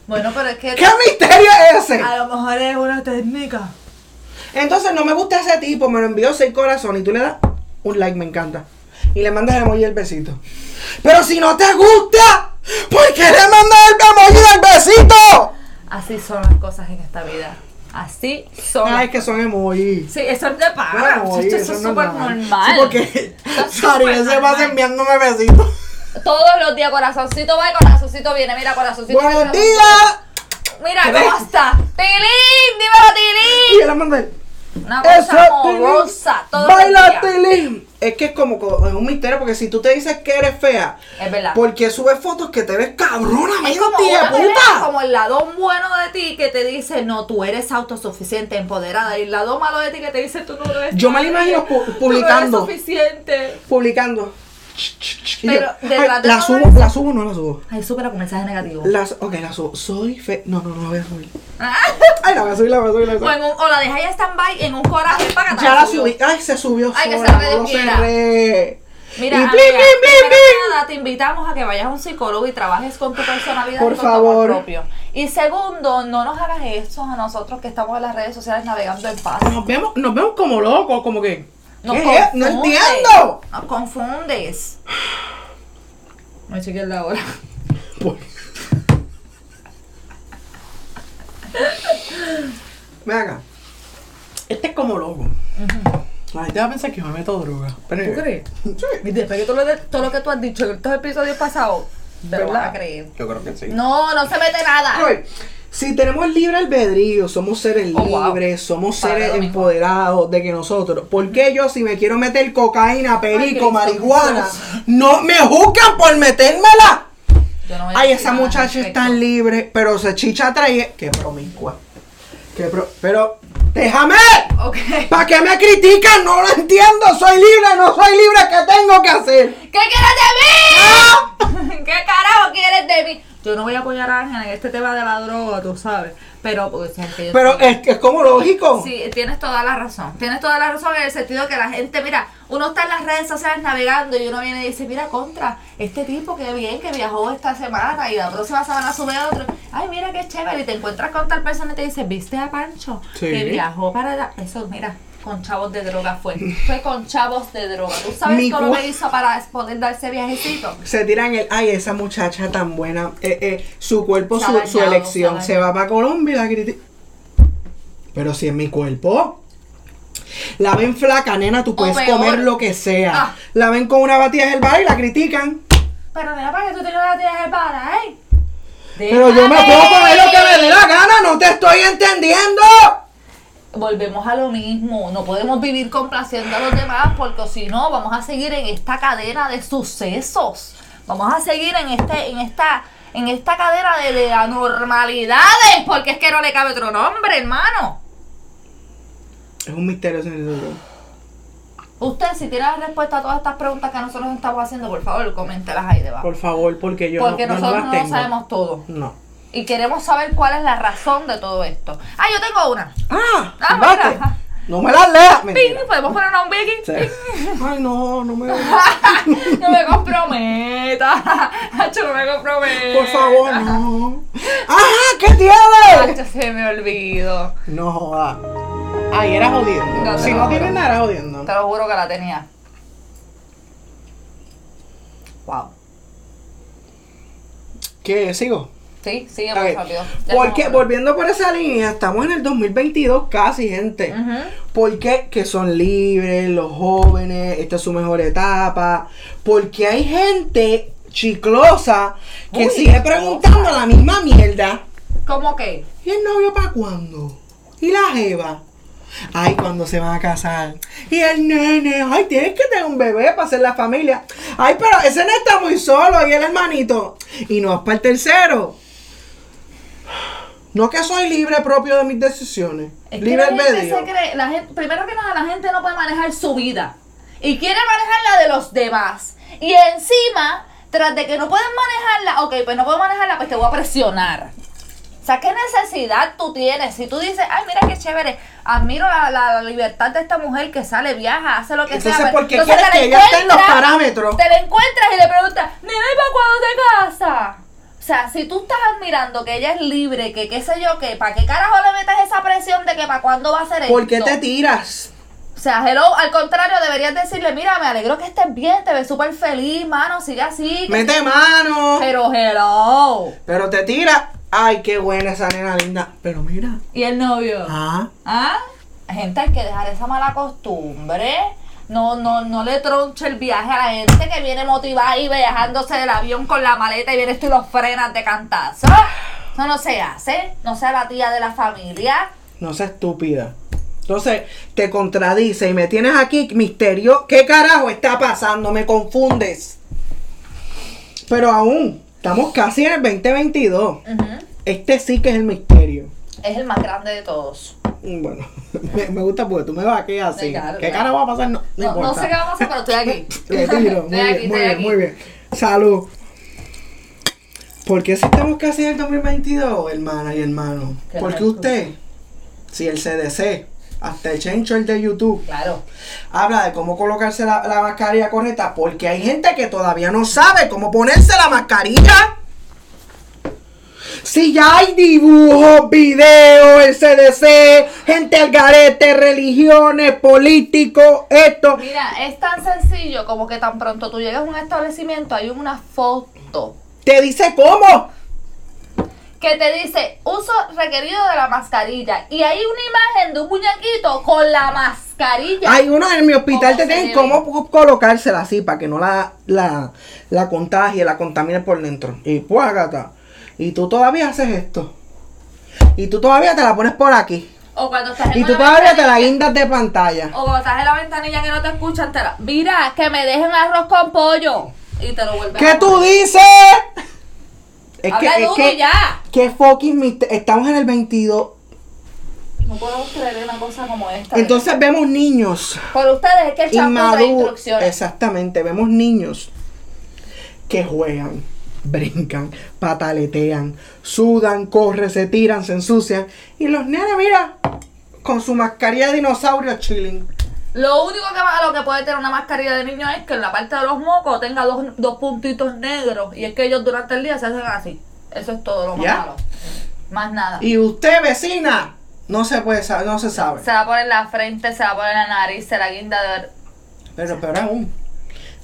S2: Bueno, pero es que
S1: ¿Qué misterio es ese?
S2: a lo mejor es una técnica.
S1: Entonces no me gusta ese tipo, me lo envió seis corazones y tú le das un like, me encanta. Y le mandas el emoji del besito. Pero si no te gusta, ¿por qué le mandas el emoji del besito?
S2: Así son las cosas en esta vida. Así son.
S1: Ay, Ah, es que son emojis.
S2: Sí, eso es de pana.
S1: Bueno, oye,
S2: Ah, Eso es súper normal.
S1: Sí, porque
S2: [laughs] Eso
S1: [laughs]
S2: es
S1: Sari
S2: súper
S1: se va
S2: normal.
S1: enviándome besitos.
S2: Todos los días corazoncito va y corazoncito viene. Mira, corazoncito. va y
S1: Buenos
S2: corazoncito-
S1: días.
S2: Mira,
S1: Tres.
S2: ¿cómo está? ¡Tilín! ¡Dímelo,
S1: Y
S2: Tilín!
S1: yo le mandé.
S2: Una
S1: Eso,
S2: cosa
S1: Tilín.
S2: amorosa. Todo
S1: Baila,
S2: el día.
S1: Tilín. Es que es como co- es un misterio porque si tú te dices que eres fea,
S2: Es verdad.
S1: porque subes fotos que te ves cabrona,
S2: Es
S1: mente,
S2: como, una pelea,
S1: puta.
S2: como el lado bueno de ti que te dice, no, tú eres autosuficiente, empoderada. Y el lado malo de ti que te dice, tú no lo eres.
S1: Yo me lo imagino pu- publicando.
S2: Tú no eres suficiente.
S1: publicando. Y yo,
S2: Pero, ¿de
S1: ay,
S2: verdad
S1: la
S2: no
S1: subo,
S2: ves?
S1: la subo o no la subo.
S2: Ay, supera con mensaje negativo.
S1: Las, ok, la subo. Soy fe. No, no, no la voy a subir.
S2: Ah, [laughs]
S1: Ay, la voy a subir, la voy a subir, la voy
S2: o,
S1: a subir.
S2: en un- o la deja ya stand-by en un coraje para que te
S1: Ya la subí. Ay, se subió
S2: Ay, que
S1: sola.
S2: se
S1: no se
S2: redujera.
S1: re.
S2: Mira,
S1: Y
S2: amiga,
S1: blin, blin, blin,
S2: primero que
S1: blin.
S2: nada, te invitamos a que vayas a un psicólogo y trabajes con tu personalidad
S1: Por
S2: y con tu
S1: favor.
S2: amor propio. Y segundo, no nos hagas esto a nosotros que estamos en las redes sociales navegando en paz.
S1: Nos vemos, nos vemos como locos, como que.
S2: Nos
S1: ¿qué es? No
S2: confundes,
S1: entiendo.
S2: Nos confundes. No chequeé la hora.
S1: Por- Ven acá. Este es como loco. La gente va a pensar que yo me meto droga. Pero
S2: ¿Tú crees? Y después de todo lo, de- todo lo que tú has dicho en estos episodios pasados, te lo vas a creer.
S1: Yo creo que sí.
S2: No, no se mete nada.
S1: Ay, Si tenemos libre albedrío, somos seres
S2: Oh, wow.
S1: libres, somos
S2: Para
S1: seres
S2: lo mismo.
S1: empoderados de que nosotros. ¿Por qué yo si me quiero meter cocaína, perico,
S2: Cristo,
S1: marihuana,
S2: Dios.
S1: no me juzgan por metérmela?
S2: Yo no voy a
S1: Ay,
S2: decir
S1: esa
S2: nada al
S1: muchacha
S2: respecto.
S1: está libre, pero se chicha trae. Qué promiscua. Qué pro... Pero, déjame.
S2: Ok.
S1: ¿Para qué me critican? No lo entiendo. Soy libre, no soy libre. ¿Qué tengo que hacer?
S2: [laughs] ¿Qué quieres de mí? [laughs] ¿Qué carajo quieres de mí? Yo no voy a apoyar a Ángela en este tema de la droga, tú sabes. Pero, pues, es que yo
S1: Pero es, es como lógico.
S2: Sí, tienes toda la razón. Tienes toda la razón en el sentido que la gente, mira, uno está en las redes sociales navegando y uno viene y dice, mira, contra, este tipo que bien que viajó esta semana y la próxima semana sube a otro. Ay, mira qué chévere. Y te encuentras con tal persona y te dice, ¿viste a Pancho?
S1: Sí.
S2: Que viajó para la... Eso, mira, con chavos de droga fue. Fue con chavos de droga. ¿Tú sabes
S1: Mi
S2: todo lo
S1: cua-
S2: que hizo para poder darse viajecito?
S1: se tiran el, ay, esa muchacha tan buena, eh, eh, su cuerpo,
S2: Se
S1: su,
S2: ha
S1: su
S2: bañado,
S1: elección,
S2: se
S1: se
S2: ha
S1: va para Colombia y la critica. Pero si es mi cuerpo. La ven flaca, nena, tú puedes
S2: peor.
S1: comer lo que sea.
S2: Ah.
S1: La ven con una batida del bar y la critican.
S2: Pero mira, para que tú te la tienes de para, ¿eh?
S1: Pero yo me
S2: Déjame.
S1: puedo comer lo que me dé la gana, no te estoy entendiendo.
S2: volvemos a lo mismo. No podemos vivir complaciendo a los demás porque si no, vamos a seguir en esta cadena de sucesos. Vamos a seguir en este, en esta, en esta cadena de, de anormalidades, porque es que no le cabe otro nombre, hermano.
S1: Es un misterio, señor.
S2: Usted, si tiene la respuesta a todas estas preguntas que nosotros estamos haciendo, por favor, coméntelas ahí debajo.
S1: Por favor, porque yo
S2: Porque
S1: no, no
S2: nosotros
S1: las
S2: no lo
S1: tengo.
S2: sabemos todo.
S1: No.
S2: Y queremos saber cuál es la razón de todo esto. Ah, yo tengo una.
S1: Ah,
S2: Ah,
S1: combate.
S2: mira.
S1: No me las leas,
S2: Ping,
S1: mentira.
S2: podemos poner una un aquí.
S1: Sí. Ay, no, no me
S2: [laughs] No me comprometa. [laughs] Hacho, no me comprometa.
S1: Por favor, no. ¡Ajá! ¿Qué tiene?
S2: Hacho, se me olvidó.
S1: No joda. Ahí era jodiendo.
S2: No, te
S1: si
S2: lo
S1: no
S2: juro.
S1: tienes nada, era jodiendo.
S2: Te lo juro que la tenía. Wow.
S1: ¿Qué? ¿Sigo?
S2: Sí, sigue
S1: Ok.
S2: por rápido.
S1: Porque, volviendo por esa línea, estamos en el 2022 casi, gente.
S2: Mm.
S1: Porque que son libres, los jóvenes, esta es su mejor etapa. Porque hay gente chiclosa que
S2: Uy,
S1: sigue preguntando la misma mierda.
S2: ¿Cómo que?
S1: ¿Y el novio para cuándo? ¿Y la jeva? Ay, cuando se van a casar. Y el nene, ay, tienes que tener un bebé para hacer la familia. Ay, pero ese nene está muy solo y el hermanito. Y no es para el tercero. No que soy libre propio de mis decisiones.
S2: Es que
S1: libre
S2: la gente
S1: albedrío.
S2: se cree, la gente, primero que nada, la gente no puede manejar su vida y quiere manejar la de los demás. Y encima, tras de que no pueden manejarla, ok, pues no puedo manejarla, pues te voy a presionar. O sea, ¿qué necesidad tú tienes? Si tú dices, ay, mira qué chévere, admiro la, la- la libertad de esta mujer que sale, viaja, hace lo que
S1: Entonces,
S2: sea. pero-
S1: ¿por qué quieres
S2: te la
S1: que ella esté en los
S2: encuentras-
S1: parámetros?
S2: Te la encuentras y le preguntas, nene, ¿para cuándo te casas? O sea, si tú estás admirando que ella es libre, que qué sé yo, que para qué carajo le metas esa presión de que para cuándo va a ser
S1: ¿Por qué
S2: esto?
S1: te tiras?
S2: O sea, hello, al contrario, deberías decirle, mira, me alegro que estés bien, te ves súper feliz, mano, sigue así.
S1: Mete mano.
S2: Pero hello.
S1: Pero te tiras. Ay, qué buena esa nena linda. Pero mira.
S2: ¿Y el novio?
S1: Ah.
S2: ¿Ah? Gente, hay que dejar esa mala costumbre. No, no, no le tronche el viaje a la gente que viene motivada y viajándose del avión con la maleta y vienes tú y los frenas de cantazo. Eso no se hace. No sea la tía de la familia.
S1: No seas estúpida. Entonces, te contradice y me tienes aquí misterio. ¿Qué carajo está pasando? Me confundes. Pero aún, estamos casi en el 2022.
S2: Ujú.
S1: Este sí que es el misterio. Mm,
S2: Es el más grande de todos.
S1: Bueno, [laughs] me, me gusta porque tú me vas a quedar así.
S2: Sí, claro,
S1: ¿Qué
S2: claro.
S1: cara va a pasar? No, no
S2: No, no
S1: importa.
S2: sé qué va a pasar, pero estoy aquí.
S1: Le tiro. Muy
S2: Estoy
S1: bien,
S2: aquí,
S1: muy
S2: estoy
S1: bien,
S2: aquí.
S1: muy bien. Salud. ¿Por qué si estamos casi en el 2022, hermana y hermano?
S2: Qué
S1: Porque
S2: rico.
S1: usted, si el CDC, hasta el Chencho, el de YouTube,
S2: [laughs] Claro.
S1: habla de cómo colocarse la, la mascarilla correcta, porque hay gente que todavía no sabe cómo ponerse la mascarilla. Si ya hay dibujos, videos, el CDC, gente al garete, religiones, políticos, esto.
S2: Mira, es tan sencillo como que tan pronto tú llegas a un establecimiento hay una foto
S1: Te dice cómo.
S2: que te dice uso requerido de la mascarilla y hay una imagen de un muñequito con la mascarilla.
S1: Hay uno en mi hospital
S2: ¿Cómo
S1: te
S2: se
S1: tienen
S2: debe?
S1: cómo co- colocársela así para que no la, la, la contagie, la contamine por dentro. Y puágata. Y tú todavía haces esto. Y tú todavía te la pones por aquí.
S2: O cuando estás en
S1: Y tú
S2: una
S1: todavía te la
S2: ventanilla-
S1: guindas de pantalla.
S2: O cuando estás en la ventanilla que no te escuchan, te la- mira, que me dejen arroz con pollo. Y te lo vuelven
S1: ¿Qué
S2: a
S1: tú
S2: poner.
S1: dices? Es que,
S2: Habla
S1: es
S2: duro
S1: que,
S2: ya.
S1: que fucking mister- Estamos en el 22.
S2: No podemos creer una cosa como esta.
S1: Entonces vemos niños
S2: Por ustedes es que el champú trae
S1: inmaduros.
S2: instrucciones.
S1: Exactamente, vemos niños que juegan, brincan, pataletean, sudan, corren, se tiran, se ensucian. Y los nenes, mira, con su mascarilla de dinosaurio chilling.
S2: Lo único que va- lo que puede tener una mascarilla de niño es que en la parte de los mocos tenga dos, dos puntitos negros. Y es que ellos durante el día se hacen así. Eso es todo lo más
S1: Ya.
S2: malo. Más nada.
S1: Y usted, vecina, no se puede sa- no se sabe.
S2: Se va a poner en la frente, se va a poner en la nariz, se la guinda de ver.
S1: Pero peor aún,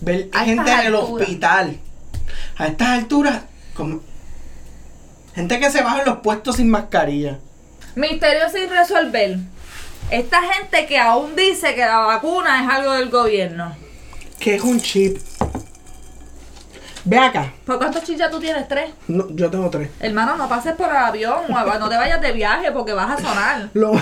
S1: ver
S2: A
S1: gente
S2: estas
S1: en el
S2: alturas.
S1: hospital. A estas alturas, como- gente que se baja en los puestos sin mascarilla.
S2: Misterio sin resolver. Esta gente que aún dice que la vacuna es algo del gobierno.
S1: Que es un chip. Ve acá.
S2: ¿Por cuántos chichas tú tienes? ¿Tres?
S1: No, yo tengo tres.
S2: Hermano, no pases por el avión, guava, no te vayas de viaje porque vas a sonar.
S1: Lo,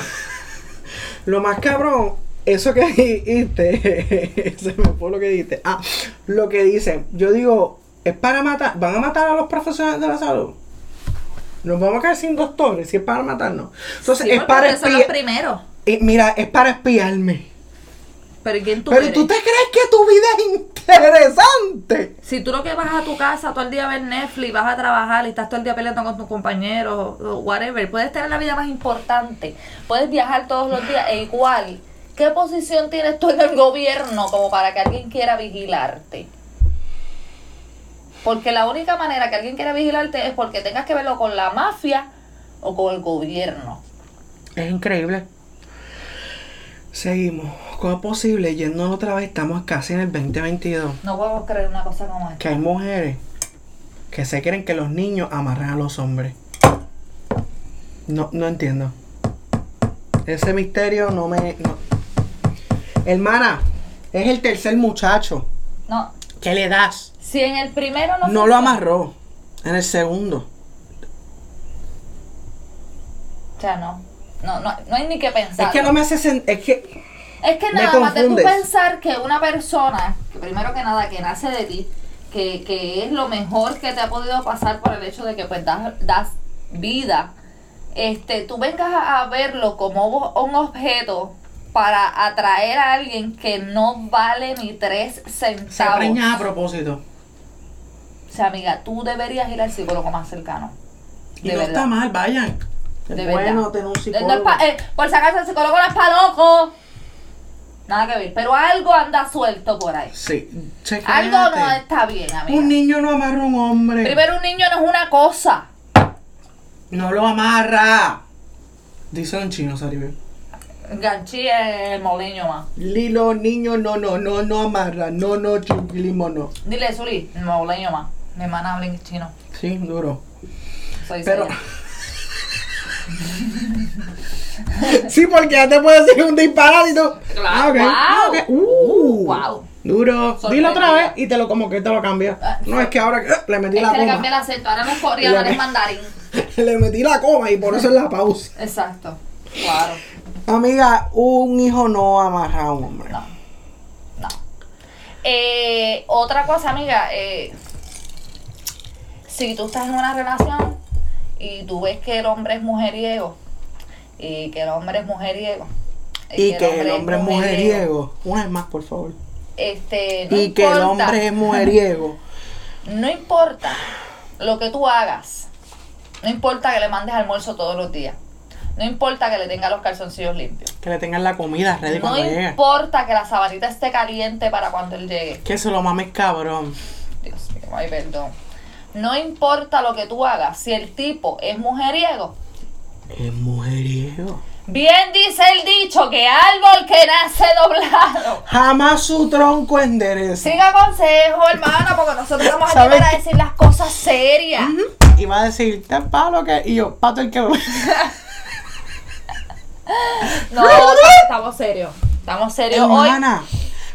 S1: lo más cabrón, eso que [laughs] dijiste, se me fue lo que dijiste. Ah, lo que dicen, yo digo, es para matar, van a matar a los profesionales de la salud. Nos vamos a quedar sin doctores si es para matarnos. Entonces,
S2: Sí,
S1: es
S2: porque
S1: para
S2: ustedes son los
S1: espiar.
S2: primeros.
S1: eh, mira, es para espiarme.
S2: Pero ¿y quién tú
S1: Pero
S2: eres?
S1: tú te crees que tu vida es interesante.
S2: Si tú lo que vas a tu casa todo el día a ver Netflix, vas a trabajar y estás todo el día peleando con tus compañeros, o whatever, puedes tener la vida más importante, puedes viajar todos los días e igual. ¿Qué posición tienes tú en el gobierno como para que alguien quiera vigilarte? Porque la única manera que alguien quiera vigilarte es porque tengas que verlo con la mafia o con el gobierno.
S1: Es increíble. Seguimos. ¿Cómo es posible? Yéndonos otra vez, estamos casi en el 2022.
S2: No podemos creer una cosa como esta.
S1: Que hay mujeres que se creen que los niños amarran a los hombres. No, no entiendo. Ese misterio no me. no. Hermana, es el tercer muchacho.
S2: No,
S1: ¿Qué le das?
S2: si en el primero no...
S1: No lo amarró. En el segundo.
S2: O sea, no. No, no, no hay ni que pensar.
S1: Es que no me hace sen- Es que.
S2: Es que
S1: Me
S2: nada más de tú
S1: confundes.
S2: pensar que una persona, que primero que nada, que nace de ti, que, que es lo mejor que te ha podido pasar por el hecho de que pues das, das vida, este, tú vengas a, a verlo como o- un objeto para atraer a alguien que no vale ni tres
S1: Se
S2: centavos.
S1: preña a propósito.
S2: O sea, amiga, tú deberías ir al psicólogo más cercano.
S1: Y
S2: De
S1: no
S2: verdad.
S1: está mal, vayan. Es
S2: De
S1: bueno
S2: verdad.
S1: tener un
S2: No es
S1: psicólogo.
S2: pa- eh, por si acaso el psicólogo no es para loco. Nada que ver. Pero algo anda suelto por ahí.
S1: Sí,
S2: eh, Algo no
S1: chequéate.
S2: está bien,
S1: Un
S2: amiga.
S1: niño no amarra a un hombre.
S2: Primero, un niño no es una cosa.
S1: No lo amarra. Dice un chino, Saribel.
S2: Ganchi es el moleño más.
S1: Lilo, niño, no, no, no, no amarra. No, no, chiquilimo, no.
S2: Dile, Zuli, moleño más. Mi hermana habla en chino.
S1: Sí, duro.
S2: Soy
S1: Pero.
S2: seria.
S1: [laughs] sí, porque ya te puedes decir un disparatito.
S2: Claro,
S1: ok,
S2: guau.
S1: ok. Uh,
S2: guau.
S1: Duro. Dilo
S2: Sorprendida.
S1: otra vez y te lo como que te lo cambia.
S2: Ah.
S1: No, es que ahora que, eh, le metí
S2: Es
S1: la
S2: que le cambié el
S1: coma.
S2: acento. Ahora no es coreano, ahora es mandarín.
S1: [laughs] le metí la coma y por eso es la pausa.
S2: Exacto. Claro.
S1: Amiga, un hijo no amarra a un hombre.
S2: No. No. Eh, otra cosa, amiga, eh, si tú estás en una relación y tú ves que el hombre es mujeriego, y que el hombre es mujeriego.
S1: Y que el hombre es mujeriego. Una vez más, por favor.
S2: Este, no
S1: Y que el
S2: importa.
S1: hombre es mujeriego.
S2: No importa lo que tú hagas. No importa que le mandes almuerzo todos los días. No importa que le tenga los calzoncillos limpios.
S1: Que le tengan la comida ready
S2: No
S1: cuando llegue.
S2: importa que la sabanita esté caliente para cuando él llegue.
S1: Que se lo mames cabrón.
S2: Dios mío, ay, perdón. No importa lo que tú hagas. Si el tipo es mujeriego,
S1: Es mujeriego.
S2: bien dice el dicho que árbol que nace doblado.
S1: Jamás su tronco endereza.
S2: Siga consejo, hermana, porque nosotros vamos a
S1: ¿Sabes
S2: llegar a
S1: qué?
S2: decir las cosas serias.
S1: Y va a decir, te palo que. Y yo, pato el que.
S2: [laughs] No, estamos serios. Estamos serios hoy.
S1: Hermana,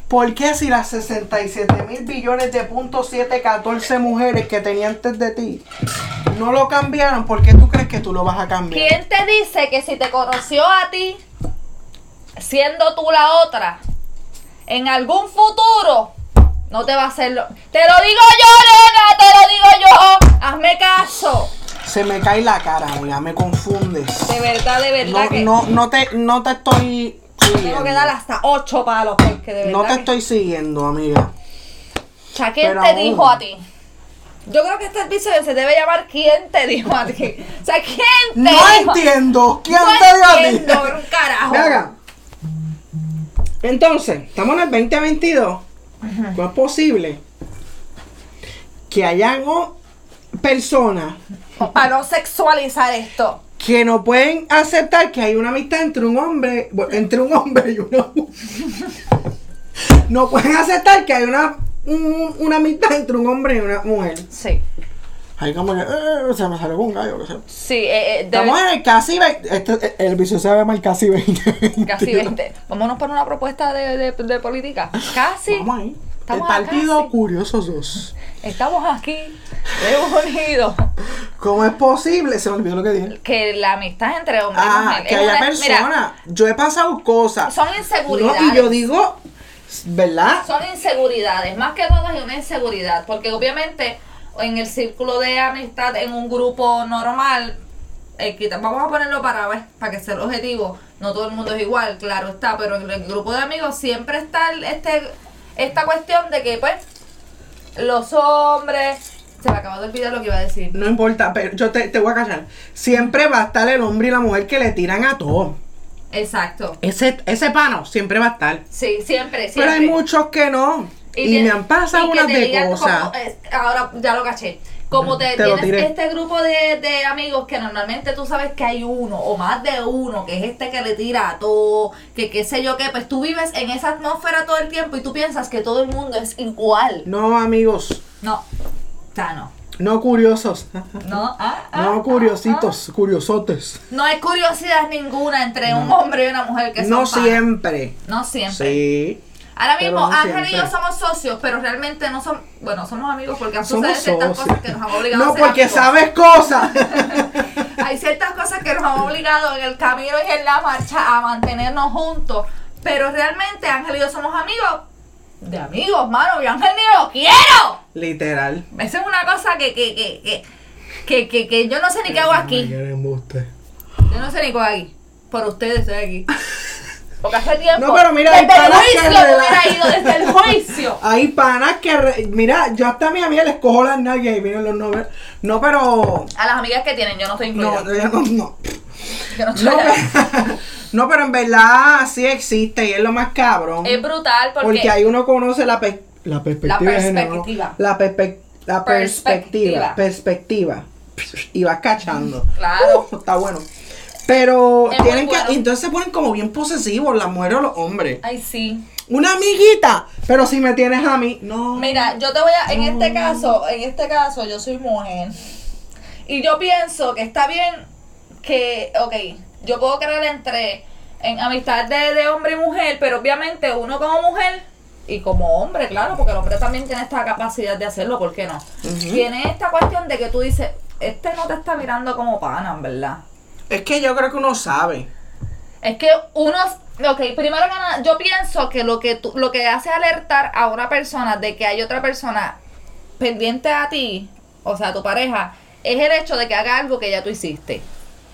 S1: ¿por qué si las 67 mil billones de punto 714 mujeres que tenía antes de ti no lo cambiaron? ¿Por qué tú crees que tú lo vas a cambiar?
S2: ¿Quién te dice que si te conoció a ti, siendo tú la otra, en algún futuro, no te va a hacerlo? Te lo digo yo, nena, te lo digo yo. Hazme caso.
S1: Se me cae la cara, amiga, me confundes.
S2: De verdad, de verdad
S1: No,
S2: que
S1: no, no, te, no te estoy
S2: tengo
S1: siguiendo.
S2: que dar hasta ocho palos, porque de verdad.
S1: No te
S2: que-
S1: estoy siguiendo, amiga.
S2: O sea, ¿quién
S1: Pero
S2: te
S1: aún.
S2: dijo a ti? Yo creo que este episodio se debe llamar ¿Quién te dijo a ti? O sea, ¿quién te
S1: No
S2: dijo?
S1: entiendo. ¿Quién
S2: No
S1: te dio a ti?
S2: entiendo, un carajo.
S1: Venga. Entonces, estamos en el 2022. ¿Cómo es posible que hayan o- personas
S2: Para no sexualizar esto.
S1: que no pueden aceptar que hay una amistad entre un hombre, bueno, entre un hombre y una mujer? [laughs] No pueden aceptar que hay una, un- una amistad entre un hombre y una mujer.
S2: Sí.
S1: Ahí como que eh, se me salió un gallo, que sé.
S2: Sí, eh, eh, de-
S1: Estamos en el casi 20. Este, el episodio se llama el casi 20.
S2: casi
S1: [laughs]
S2: 20. Vámonos para una propuesta de, de- de política. Casi.
S1: Vamos ahí. El
S2: Estamos a
S1: partido
S2: casi.
S1: Curiosos 2.
S2: Estamos aquí, reunidos.
S1: ¿Cómo es posible? Se me olvidó lo que dije.
S2: Que la amistad entre hombres y
S1: Ah,
S2: mujeres
S1: que
S2: es
S1: haya
S2: una- mira,
S1: personas. Yo he pasado cosas.
S2: son
S1: No,
S2: inseguridades.
S1: y yo digo, ¿verdad?
S2: Son inseguridades, más que todo es una inseguridad, porque obviamente en el círculo de amistad, en un grupo normal, eh, quita- vamos a ponerlo para ver, para que sea el objetivo, no todo el mundo es igual, claro está, pero en el grupo de amigos siempre está el- este esta cuestión de que pues los hombres, se me acaba de olvidar lo que iba a decir,
S1: No importa, pero yo te, te voy a callar. Siempre va a estar el hombre y la mujer que le tiran a todo.
S2: exacto,
S1: Ese, ese pano siempre va a estar.
S2: sí, siempre, siempre.
S1: Pero hay muchos que no. Y,
S2: te-
S1: me han pasado
S2: y que
S1: unas
S2: te
S1: de
S2: digan
S1: cosas.
S2: como, eh, ahora ya lo caché. Como
S1: [laughs]
S2: te,
S1: Te lo
S2: tienes
S1: tiré.
S2: este grupo de, de amigos que normalmente tú sabes que hay uno o más de uno, que es este que le tira a todo, que qué sé yo qué, pues tú vives en esa atmósfera todo el tiempo y tú piensas que todo el mundo es igual.
S1: No, amigos.
S2: No, o sea, no.
S1: No curiosos. [laughs]
S2: No, ah, ah,
S1: No curiositos, curiosotes.
S2: ah. No hay curiosidad ninguna entre un hombre y una mujer que son
S1: No
S2: panas.
S1: siempre.
S2: No siempre.
S1: Sí.
S2: Ahora
S1: Pero
S2: mismo
S1: no
S2: Ángel y yo
S1: siempre.
S2: somos socios, pero realmente no somos, bueno, somos amigos porque han sucedido
S1: Somos
S2: ciertas
S1: socios.
S2: cosas que nos han obligado a
S1: No,
S2: ser
S1: porque
S2: amigos.
S1: sabes cosas.
S2: [laughs] Hay ciertas cosas que nos han obligado en el camino y en la marcha a mantenernos juntos, pero realmente Ángel y yo somos amigos de amigos, mano, y Ángel ni lo quiero.
S1: Literal.
S2: Esa es una cosa que, que, que, que, que, que, que yo no sé ni qué hago aquí. Yo no sé ni qué hago aquí. Por ustedes estoy aquí. Porque hace tiempo.
S1: No, pero mira, hay
S2: desde el
S1: panas que
S2: juicio me hubiera
S1: rela-
S2: ido, desde el juicio.
S1: Hay panas que. re- mira, yo hasta a mi amiga les cojo las nalgas y miren los nombres. No, pero.
S2: A las amigas que tienen, yo no estoy incluida.
S1: No, no,
S2: [laughs]
S1: no.
S2: Yo no estoy
S1: No,
S2: ahí.
S1: pero, no, pero en verdad sí existe y es lo más cabrón.
S2: Es brutal porque,
S1: porque ahí uno conoce la, pe- la perspectiva.
S2: La
S1: de género,
S2: perspectiva.
S1: ¿no? La, perspe- la
S2: Perspectiva.
S1: perspectiva. Perspectiva. Y vas cachando.
S2: [laughs] Claro.
S1: Uh, está bueno. Pero
S2: Es muy
S1: tienen que.
S2: bueno.
S1: Entonces se ponen como bien posesivos las mujeres o los hombres.
S2: ay sí.
S1: Una amiguita. Pero si me tienes a mí, no.
S2: Mira, yo te voy a, en este caso, en este caso yo soy mujer y yo pienso que está bien que, ok, yo puedo creer entre en amistad de, de hombre y mujer, pero obviamente uno como mujer y como hombre, claro, porque el hombre también tiene esta capacidad de hacerlo, ¿por qué no? Tiene esta cuestión de que tú dices, este no te está mirando como pana, en ¿verdad?
S1: Es que yo creo que uno sabe.
S2: Es que unos, ok, primero que nada, yo pienso que lo que tú, lo que hace alertar a una persona de que hay otra persona pendiente a ti, o sea, a tu pareja, es el hecho de que haga algo que ya tú hiciste.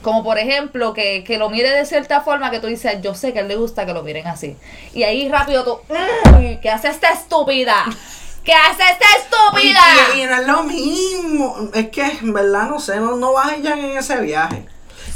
S2: Como por ejemplo, que, que lo mire de cierta forma que tú dices, yo sé que a él le gusta que lo miren así. Y ahí rápido tú, "Mm, ¿qué hace esta estúpida? ¿Qué hace esta estúpida?
S1: Y, y no es lo mismo. Es que, en verdad, no sé, no, no vayan en ese viaje.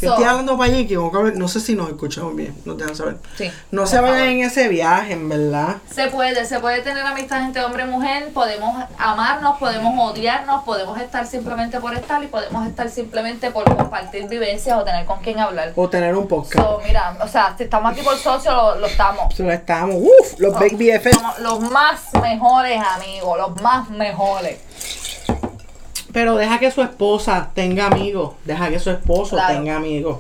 S1: Yo
S2: So-
S1: estoy hablando para allí equivocadamente. No sé si nos escuchamos bien, no te van a saber.
S2: Sí,
S1: no
S2: por
S1: se vayan
S2: favor.
S1: en ese viaje, en verdad.
S2: Se puede, se puede tener amistad entre hombre y mujer, podemos amarnos, podemos odiarnos, podemos estar simplemente por estar y podemos estar simplemente por compartir vivencias o tener con quien hablar.
S1: O tener un podcast.
S2: So, mira, o sea, si estamos aquí por socio, lo, lo estamos.
S1: Solo estábamos, uff, los Big BFF.
S2: Somos los más mejores amigos, los más mejores.
S1: Pero deja que su esposa tenga amigos. Deja que su esposo
S2: Claro. Ah.
S1: tenga amigos.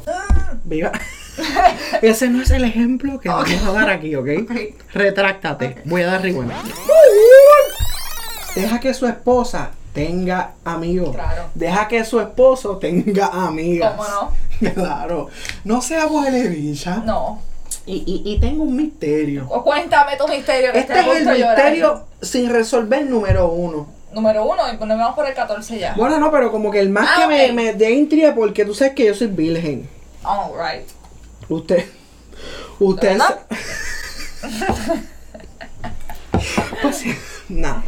S1: Viva. [laughs] Ese no es el ejemplo que vamos a dar aquí,
S2: [laughs]
S1: ¿ok? Retráctate. Voy a dar rewind. Deja que su esposa tenga amigos.
S2: Claro.
S1: Deja que su esposo tenga amigas.
S2: ¿Cómo no?
S1: [laughs] Claro. No sea buenevilla.
S2: No.
S1: Y, y, y tengo un misterio.
S2: O cuéntame tu misterio. Que
S1: Este
S2: te
S1: es el
S2: gusta llorar.
S1: misterio sin resolver número uno.
S2: Número uno, y pues nos vamos por el 14 ya.
S1: Bueno, no, pero como que el más
S2: Ah,
S1: que
S2: ok.
S1: me, me dé intriga porque tú sabes que yo soy virgen.
S2: All right.
S1: Usted. Usted.
S2: ¿Verdad?
S1: pues sí, nada.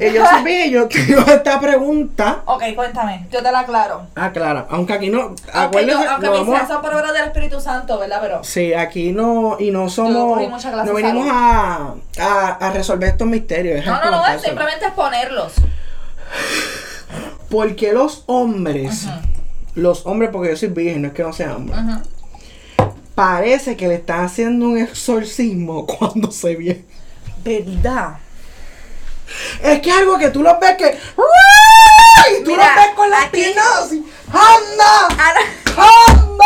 S1: Eh, Yo soy virgen, yo tengo esta pregunta.
S2: Ok, cuéntame. Yo te la aclaro.
S1: Ah, claro. Aunque aquí no.
S2: Aunque, yo,
S1: Acuérdense.
S2: aunque
S1: no
S2: mis
S1: vamos a-
S2: ideas son por obra del Espíritu Santo, ¿verdad? Pero.
S1: Sí, aquí no. Y no somos.
S2: cogí muchas clases,
S1: No venimos a, a, a resolver estos misterios. es
S2: No, no, no, es
S1: plantárselo.
S2: simplemente exponerlos.
S1: ¿Por qué los hombres. Los hombres, porque yo soy virgen, no es que no sea hombre.
S2: Ujú.
S1: Parece que le están haciendo un exorcismo [laughs] cuando se viene.
S2: ¿Verdad?
S1: Es que algo que tú lo ves que. Y tú
S2: Mira,
S1: lo ves con las
S2: aquí-
S1: piernas así. ¡Anda!
S2: Ana-
S1: ¡Anda!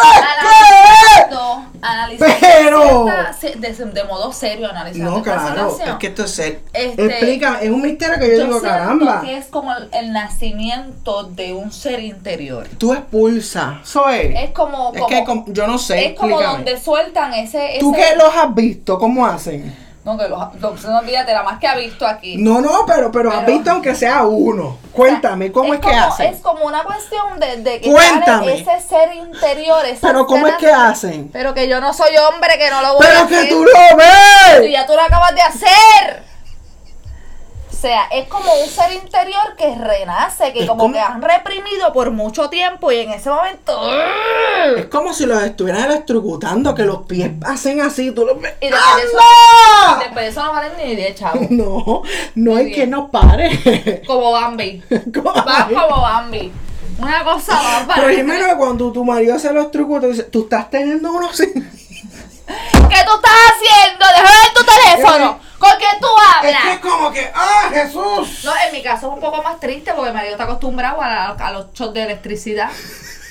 S1: ¿Ahora
S2: Analizando, analizando.
S1: Pero-
S2: cierta- se- De, de modo serio,
S1: qué?
S2: analizando.
S1: No,
S2: esta
S1: claro.
S2: situación.
S1: Es que esto es. el-
S2: Este-
S1: Explica, es un misterio que yo,
S2: Yo
S1: digo,
S2: siento
S1: caramba.
S2: que es como el, el nacimiento de un ser interior.
S1: Tú expulsas. Soy.
S2: Es como.
S1: Es
S2: como-
S1: que com- yo no sé.
S2: es como
S1: explícame.
S2: donde sueltan ese.
S1: ¿Tú
S2: ese-
S1: que los has visto? ¿Cómo hacen?
S2: No, que los. No, no olvídate, la más que ha visto aquí.
S1: No, no, pero, pero, has
S2: Pero-
S1: visto aunque sea uno. Cuéntame, ¿cómo es, que
S2: como-
S1: hacen?
S2: Es como una cuestión de, de que
S1: Cuéntame.
S2: sale ese ser interior. esa
S1: Pero ¿cómo
S2: ser
S1: es que
S2: así.
S1: hacen?
S2: Pero que yo no soy hombre, que no lo voy a
S1: Pero
S2: hacer.
S1: que tú lo
S2: Tú
S1: ves.
S2: ya tú lo acabas de hacer. O sea, es como un ser interior que renace, que
S1: Es
S2: como
S1: como-
S2: que han reprimido por mucho tiempo y en ese momento... ¡ah!
S1: Es como si los estuvieran electrocutando, que los pies hacen así, tú los ves.
S2: Y después de eso-
S1: ¡Anda!
S2: Después de eso no valen ni 10, chavo.
S1: [laughs] No, no
S2: Muy
S1: hay
S2: bien.
S1: que no pare.
S2: [laughs]
S1: [laughs]
S2: Como Bambi.
S1: Como-
S2: Van como Bambi. Una cosa más para...
S1: Pero Jimena, cuando tu marido hace los trucos, tú dices, tú estás teniendo unos sin-".
S2: ¿Qué tú estás haciendo? Déjame ver tu teléfono. ¿Con quién tú
S1: Es
S2: hablas?
S1: que es como que, ¡ah, Jesús!
S2: No, en mi caso es un poco más triste porque mi marido está acostumbrado a, la- a los shots de electricidad.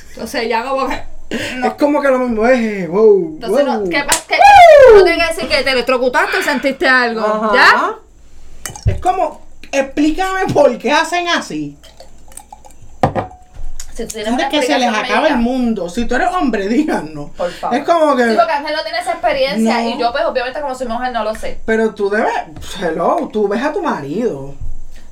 S2: Entonces ya como que...
S1: Es como que lo mismo es, wow.
S2: Entonces,
S1: wow.
S2: no, ¿qué pasa? ¿Qué- Tú tienes que decir que te electrocutaste y sentiste algo.
S1: Ajá.
S2: ¿Ya?
S1: Es como, explícame por qué hacen así.
S2: Si tú tienes
S1: Antes
S2: una
S1: que se les
S2: explicación,
S1: acaba
S2: me
S1: el
S2: digas.
S1: mundo. Si tú eres hombre, [laughs] díganos.
S2: Por favor.
S1: Es como que.
S2: Sí, porque Ángel no tiene esa experiencia
S1: No.
S2: y yo, pues, obviamente, como soy mujer, no lo sé.
S1: Pero tú debes. Hello, tú ves a tu marido.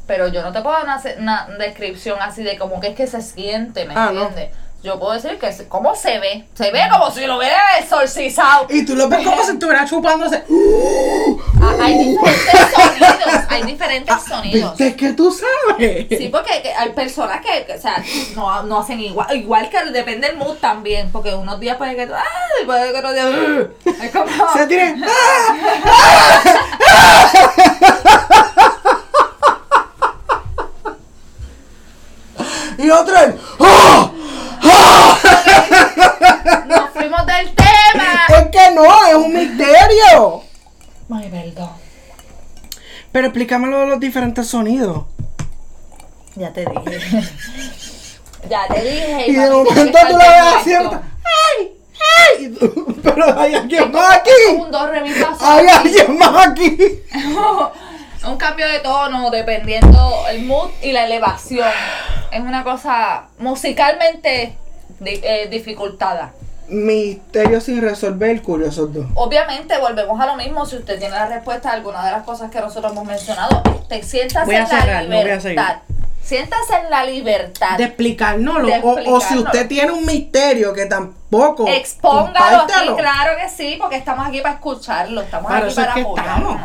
S2: Pero yo no te puedo dar una, se- una descripción así de como que es que se siente, ¿me
S1: Ah, no.
S2: entiendes? Yo puedo decir que se- cómo se ve. Se ve como si lo hubiera
S1: [laughs]
S2: exorcizado.
S1: Y tú lo ves como si estuviera chupándose. ¡Uh!
S2: Ah, hay diferentes sonidos. Hay
S1: Ah,
S2: diferentes sonidos.
S1: ¿Viste que tú sabes? [laughs]
S2: Sí, porque que hay personas que, que, o sea, no, no hacen igual. Igual que depende del mood también, porque unos días puede que tú, ah, y puede que otros días, "Ugh". es como,
S1: [laughs] Se tiran.
S2: [laughs]
S1: ¡Ah! Y otro es, ¡ah!
S2: nos fuimos del tema.
S1: es que no, es un misterio.
S2: [laughs] Ay, perdón,
S1: Pero explícame lo de los diferentes sonidos.
S2: ya te [laughs] dije. ya te dije.
S1: Y de
S2: mami, tienes
S1: momento
S2: que
S1: tú
S2: estar
S1: la ves
S2: bien
S1: así,
S2: esto.
S1: ¡ay! ¡ay! Y tú, [laughs] Pero hay alguien más aquí.
S2: Un dos revistas.
S1: Hay alguien más aquí.
S2: [laughs] un cambio de tono dependiendo el mood y la elevación. Es una cosa musicalmente di- eh, dificultada.
S1: Misterio sin resolver, curiosos dos.
S2: Obviamente, volvemos a lo mismo. Si usted tiene la respuesta a alguna de las cosas que nosotros hemos mencionado, te sientas
S1: Voy a
S2: en la
S1: cerrar, no voy a
S2: libertad. Siéntase en la libertad.
S1: de explicárnoslo.
S2: De
S1: o- O, si
S2: explicárnoslo.
S1: usted tiene un misterio que tampoco.
S2: Expóngalo aquí,
S1: compártalo.
S2: claro que sí, porque estamos aquí para escucharlo, estamos
S1: Para
S2: aquí
S1: eso es
S2: para
S1: que
S2: apoyarnos.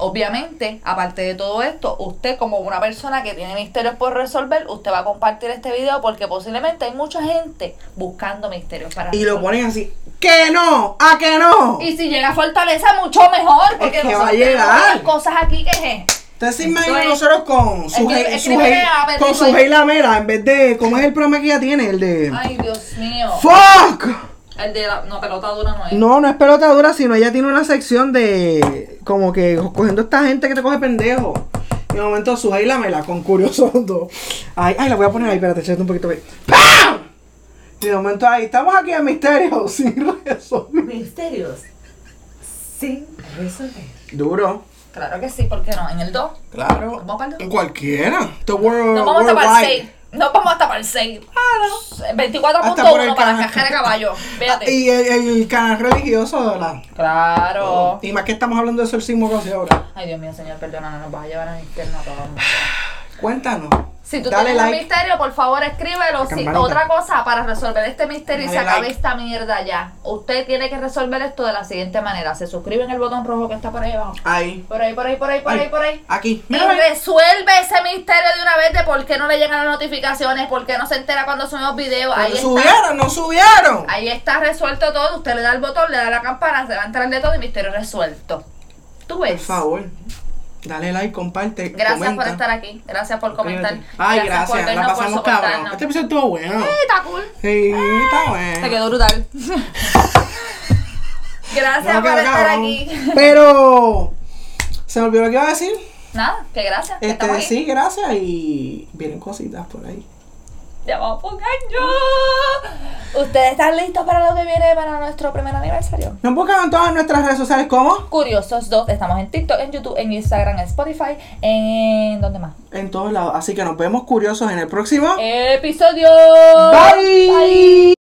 S2: Obviamente, aparte de todo esto, usted como una persona que tiene misterios por resolver, usted va a compartir este video porque posiblemente hay mucha gente buscando misterios para
S1: Y lo
S2: resolver.
S1: ponen así. ¡Que no! ¡A que no!
S2: Y si llega a Fortaleza, mucho mejor, porque
S1: que va a
S2: nosotros tenemos
S1: llegar.
S2: unas cosas aquí que es.
S1: Ustedes se imaginan
S2: Entonces,
S1: nosotros con su,
S2: escribe-
S1: Suhey-
S2: escríbeme
S1: Suhey-
S2: a ver,
S1: con
S2: dijo
S1: su
S2: ahí.
S1: la mera en vez de cómo es el programa que ella tiene el de
S2: Ay, Dios mío.
S1: fuck
S2: El de la no, pelota dura no es.
S1: no no es pelota dura sino ella tiene una sección de como que cogiendo esta gente que te coge pendejo y de momento su la mera con curioso [laughs] hondo ay ay la voy a poner ahí espérate echate un poquito ahí ¡Pam! y de momento ahí estamos aquí en misterio [laughs] sin resolver
S2: Misterios sin resolver.
S1: duro
S2: Claro que sí, ¿por qué no? En el 2.
S1: claro
S2: Vamos para el 2.
S1: cualquiera the world
S2: Nos vamos hasta para el
S1: worldwide.
S2: 6. Nos vamos hasta para el 6.
S1: Hasta por el
S2: 24.1 para
S1: canasto.
S2: las cajas de caballo. Fíjate.
S1: Ah, y el, el canal religioso de la
S2: Claro.
S1: Y más que estamos hablando de exorcismo casi ahora.
S2: Ay, Dios mío, señor, perdona, nos vas a llevar al infierno a todos.
S1: Cuéntanos.
S2: Si tú
S1: Dale
S2: tienes
S1: like.
S2: un misterio, por favor, escríbelo. Si-
S1: campanita.
S2: otra cosa para resolver este misterio y
S1: Dale
S2: se acabe
S1: like.
S2: esta mierda ya. Usted tiene que resolver esto de la siguiente manera. Se suscribe en el botón rojo que está por ahí abajo.
S1: Ahí.
S2: Por ahí, por ahí, por ahí, por
S1: Ay,
S2: ahí, por ahí.
S1: Aquí.
S2: Y
S1: Mira, ve.
S2: resuelve ese misterio de una vez de por qué no le llegan las notificaciones, por qué no se entera cuando subimos videos. Ahí
S1: Pero
S2: está.
S1: subieron, no subieron.
S2: Ahí está resuelto todo. Usted le da el botón, le da la campana, se va a entrar de todo y misterio resuelto. ¿Tú ves?
S1: Por favor. Dale like, comparte.
S2: Gracias
S1: comenta.
S2: por estar aquí. Gracias por comentar.
S1: Suscríbete. Ay, gracias.
S2: por vernos,
S1: La
S2: por
S1: pasamos
S2: soportarnos.
S1: cabrón. Este episodio estuvo bueno.
S2: Sí, está cool.
S1: Sí, está
S2: Te
S1: bueno.
S2: quedó brutal. [laughs] gracias
S1: No,
S2: por
S1: quedó
S2: estar
S1: cabrón.
S2: aquí. [laughs]
S1: Pero. Se me olvidó lo que iba a decir.
S2: Nada, que gracias. que estamos
S1: Este,
S2: aquí.
S1: sí, gracias. Y vienen cositas por ahí.
S2: Ya vamos por un año. ¿Ustedes están listos para lo que viene para nuestro primer aniversario?
S1: Nos buscan en todas nuestras redes sociales como
S2: Curiosos 2, estamos en TikTok, en YouTube, en Instagram, en Spotify, en... ¿Dónde más? Eh,
S1: en todos lados. Así que nos vemos curiosos en el próximo.
S2: Episodio.
S1: Bye.